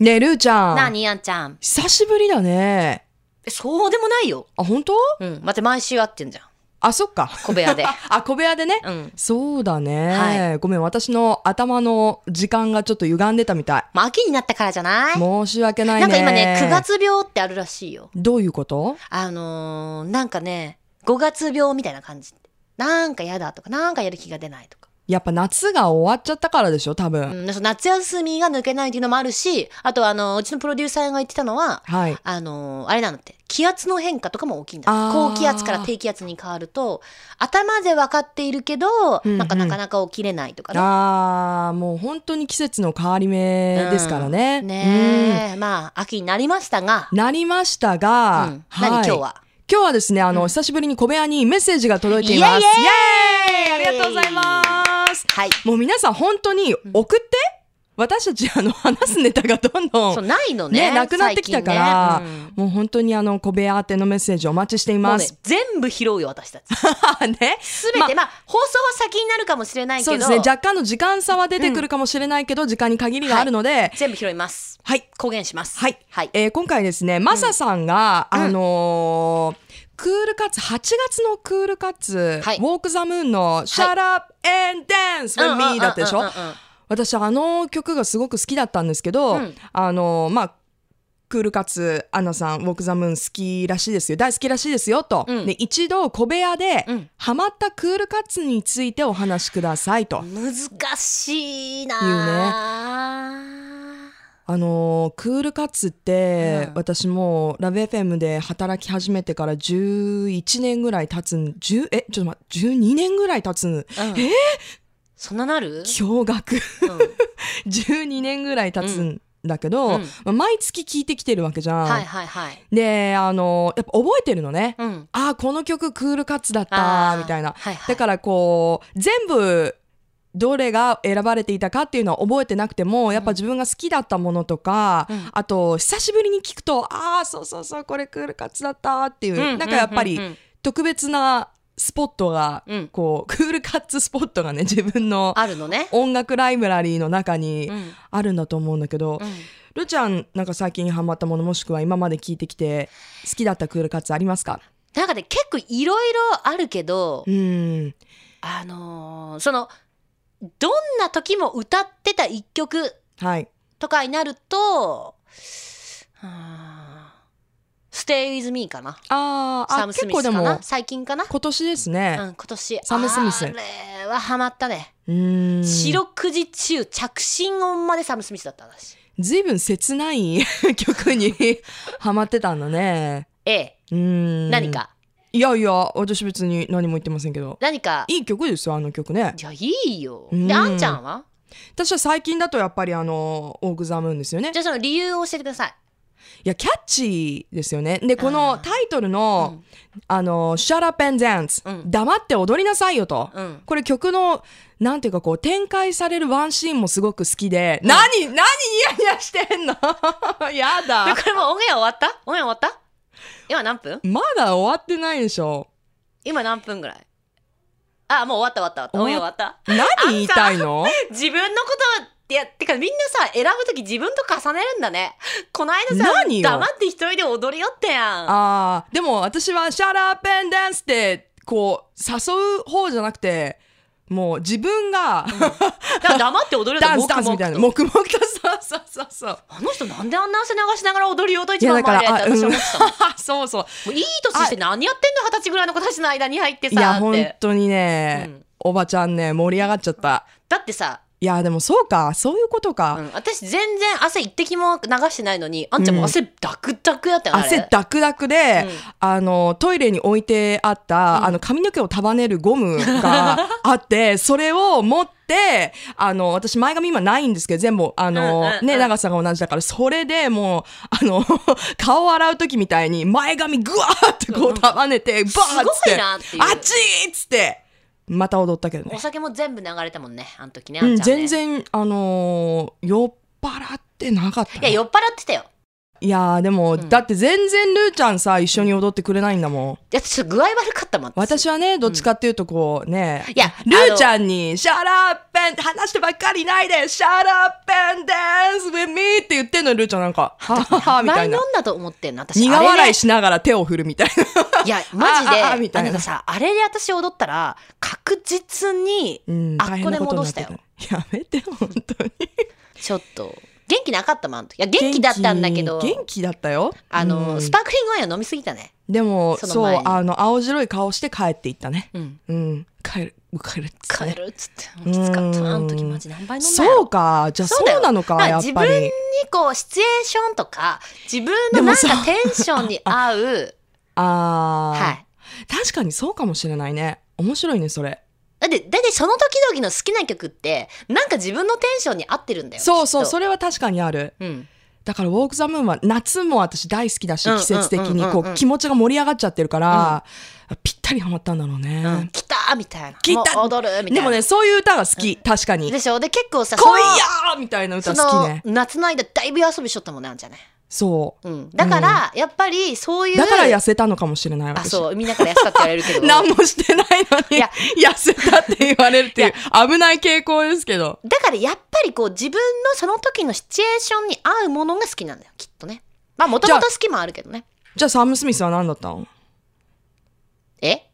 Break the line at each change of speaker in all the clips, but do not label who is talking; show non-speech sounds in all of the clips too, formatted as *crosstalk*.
ねえ、ルーちゃん。
なあ、にやんちゃん。
久しぶりだね。
えそうでもないよ。
あ、本当
うん。待って、毎週会ってんじゃん。
あ、そっか。 *laughs*
小部 *laughs* 屋で。
あ、小部屋でね。
うん。
そうだね、
は
ごめん、私の頭の時間がちょっと歪んでたみた
まあ、秋になったからじゃない
い。申し訳ないね。
なんか今ね、9。月病ってあるらしいよ。
どういうこと
あのー、なんかね、5月病みたいな感じ。なんか嫌だとか、なんかやる気が出ないとか。
やっぱ夏が終わっちゃったからでしょ、多分。
うん、そう夏休みが抜けないっていうのもあるし、あとあの、うちのプロデューサーが言ってたのは、
はい。
あのーあれなんだって、気圧の変化とかも大きいんだ
あー
って。高気圧から低気圧に変わると、頭で分かっているけど、
うんうん
なんかなかなか起きれないとかね。
あー、もう本当に季節の変わり目ですからね。
ねえ、まあ、秋になりましたが、
うんなりました
うん
が、
何今日は。
今日はですね、あの、久しぶりに小部屋にメッセージが届いています。
イ
イエ
エイ
ーイありがとうございます。
はい。
もう皆さん本当に送って、私たちあの話すネタがどんど、
そうんないの
ね
ね。
なくなってきたから
最近ねうん
もう本当にあの小部屋宛てのメッセージお待ちしてい
もう
ま
ね
す。、
全部拾うよ、私たち。
*laughs* ね、
すべて、まあ、放送は先になるかもしれないけど、
そうですね、若干の時間差は出てくるかもしれないけど、時間に限りがあるので、はい。
全部拾います。
はい
公言します。
はい
はい。
えー今回ですね、マサさんが、
うん
あのークールカッツ、8月のクールカッツ、
はい
ウォークザムーンの Shut Up and Dance with me だったでしょ、
うんうんうんうん
私あの曲がすごく好きだったんですけど、
うん
あのまあクールカツアンナさん「ウォーク・ザ・ムーン」好きらしいですよ大好きらしいですよと、
うん
で一度小部屋で、
うん
ハマったクールカツについてお話しくださいと、
難しいな
あのークールカツって、
うん
私もうラブ f m で働き始めてから11年ぐらい経つん10えちょっと待って12年ぐらい経つん
うんそんななる、
*laughs* 驚愕
うん
12年ぐらい経つんだけど、
うん
まあ毎月聞いてきてるわけじゃん、
はいはいはい。
であのやっぱ覚えてるのね、
うん。
ああこの曲クールカッツだっ
あ
た
ー
みたいな、
はいはい
だからこう全部どれが選ばれていたかっていうのは覚えてなくてもやっぱ自分が好きだったものとか、
うん
あと久しぶりに聞くとああそうそうそうこれクールカッツだったっていう、
う
なんかやっぱ
う
り
ん
特別なスポットが、
うん
こうクールカッツスポットがね自分の
あるのね。
音楽ライブラリーの中
う
に
ん
あるんだと思うんだけど、
うん
るちゃんなんか最近ハマったものもしくは今まで聞いてきて好きだったクールカツありますか
なんかね、結構いろいろあるけど
う、ーん
あのーその、どんな時も歌ってた一曲
はい
とかになると、うーん Stay with me かな。
あー
サ
あ
ム・ス
結
ミス
構で
かな
も
最近かな、
今年です
う
ね
ん、今年。
サムスミス
あれはハマったね。
うーん
四六時中、着信音までサム・スミスだった私。
ずいぶん切ない *laughs* 曲にハマってたんだね
ええ、
うーん
何か、
いやいや私別に何も言ってませんけど
何か。
いい曲ですよあの曲ね
いや、いいよ。
うん
で、あんちゃんは
私は最近だとやっぱりあのオーグザムーンですよね
じゃあその理由を教えてください。
いやキャッチーですよねでこの
あー
タイトルの「あの Shut up and dance、
うん
黙って踊りなさいよ」と、
うん。
これ曲のなんていうかこう展開されるワンシーンもすごく好きで、何何ニヤニヤしてんの *laughs* や
で
だ
これもうオンエア終わったオンエア終わった今何分
まだ終わってないでしょ
今何分ぐらいあ、もう終わった終わった終わった。オンエア終わった。
何言いたいの
自分のことってやてかみんなさ選ぶ時自分と重ねるんだねこの間さ
何よ
黙って一人で踊りよったやん
あーでも私は「シャラーペンダンス」ってこう誘う方じゃなくてもう自分が、
だから黙って踊る
*laughs*
ん
ダ
だ
ンスダンスみたいな黙々とそうそうそうそう
あの人なんであんな汗流しながら踊りようと
い
一
や
番
だか
前でっ
ら
て
あ、うん
私は思ってたの、も
そうそう
ういい年して何やってんの二十歳ぐらいの子たちの間に入って
いや
*laughs* さっ
本
て
当にね、
うん
おばちゃんね盛り上がっちゃった
だってさ、
いやでもそうかそういうことか、
うん私全然汗一滴も流してないのにあんちゃんもう汗ダクダクやったよねあれ
汗ダクダクで、
うん
あのトイレに置いてあった、あの髪の毛を束ねるゴム
*laughs*
があってそれを持ってあの私前髪今ないんですけど全部あの、
うんうんうん
ね長さが同じだからそれでもうあの *laughs* 顔を洗う時みたいに前髪グワーってこう束ねて、バーッつって
すごいなっていう
あっちーっつってまた踊ったけど
お
ね、
酒も全部流れたもんねあの時ねあ
うんん、
ちゃん
全
ね、
然あのー酔っ払ってなかったね、
いや酔っ払ってたよ
いやーでも、だって全然ルーちゃんさ一緒に踊ってくれないんだもん
いやちょっと具合悪かったもん
私はね、どっちかっていうとこうね、
いや
ルーちゃんに、シャラッペン、話してばっかりいないで、シャラッペンダンス with me って言言ってんのに、ルーちゃんなんか、はははみた
前
い
飲ん
な。
だと思ってんの私
苦
あれね
笑いしながら手を振るみたいな。*laughs*
いやマジで
ああ
あ
あみたいな
のさあれで私踊ったら確実に
うん、
あっこで戻したよ
大変なことになってた。やめて、本当に。
ちょっと元気なかったもんあの時いや元気だったんだけど
元気元気だったよ。
あ
う
の
ん
スパークリングワインを飲みすぎたね
でも、
そ
そ
の前に
う、あの、青白い顔して帰っていったね。
うん
うん。帰る、帰るっつって
帰
ね。
るっつってきつかったなあの時マジ何倍飲んだ
そう
よ
か。じゃあ、
そ
そう
だよ
うなのか、
だから
やっ
自
ぱ
分に
り。
こうシチュエーションとか自分のなん
でも
か
そう
テンションに合う
*laughs* ああ。
はい
確かにそうかもしれないね。面白いね、それ。
だって大体その時々の好きな曲ってなんか自分のテンションに合ってるんだよ
そうそう、
きっと
それは確かにある。
うん
だから、ウォーク・ザ・ムーンは夏も私大好きだし、
うん
季節的にこ
うんうんうんうん
う、気持ちが盛り上がっちゃってるから、ぴったりハマったんだろうね。
うん来たみたいな
来た
もう踊るみたいな
でもね、そういう歌が好き。確かに。
でしょで結構さ
来いやーみたいな
そ
歌好
の
き
その
ね。
夏の間だいぶ遊びしとったもんねあんじゃね、
そ
うん、だから、やっぱりそういう
う。だから痩せたのかもしれない、
あ
私。
そうみんなから痩せたって言われるけど
何もして *laughs* ないの
い
に、
や
痩せたって言われるっていう、危ない傾向ですけど。
だからやっぱりこう自分のその時のシチュエーションに合うものが好きなんだよきっとねまあもともと好きもあるけどね
じゃあ、サム・スミスは何だったの
え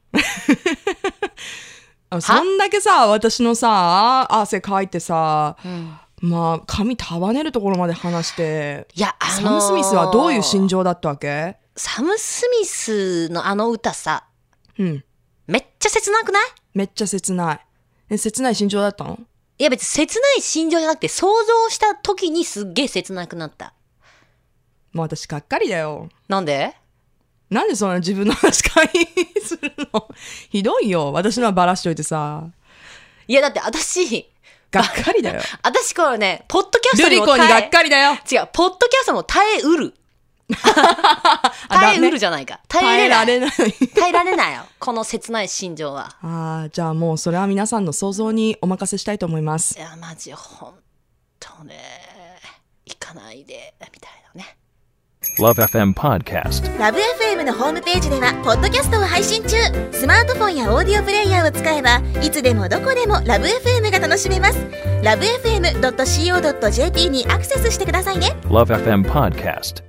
あそんだけさ、私のさ、汗かいてさ、まあ、髪束ねるところまで話して、
いや、あ
サ
のー
ム・スミスはどういう心情だったわけ
サム・スミスのあの歌さ
うん。
めっちゃ切なくない
めっちゃ切ない。え切ない心情だったの
いや別に切ない心情じゃなくて想像した時にすっげえ切なくなった
もう私、がっかりだよ。
なんで
なんでそんな自分の話会議するの *laughs* ひどいよ。私のはバラしといてさ。
いやだって私
がっかりだ
*laughs*
よ。
私これねポッドキャス
ル
トに
リ
も
コにがっかりだよ。
り違うポッドキャストも耐え
*laughs*
うる耐えうるじゃないか耐
耐
え
え
れ
ら
ない
れない。 *laughs*
耐えられないよこの切ない心情は
ああ、じゃあもうそれは皆さんの想像にお任せしたいと思います
い。やマジほんとね行かないでみたいなね
Love FM Podcast.
ラブ f m のホームページではポッドキャストを配信中スマートフォンやオーディオプレイヤーを使えばいつでもどこでもラブ f m が楽しめますラブ FM.co.jp にアクセスしてくださいね
Love FM Podcast.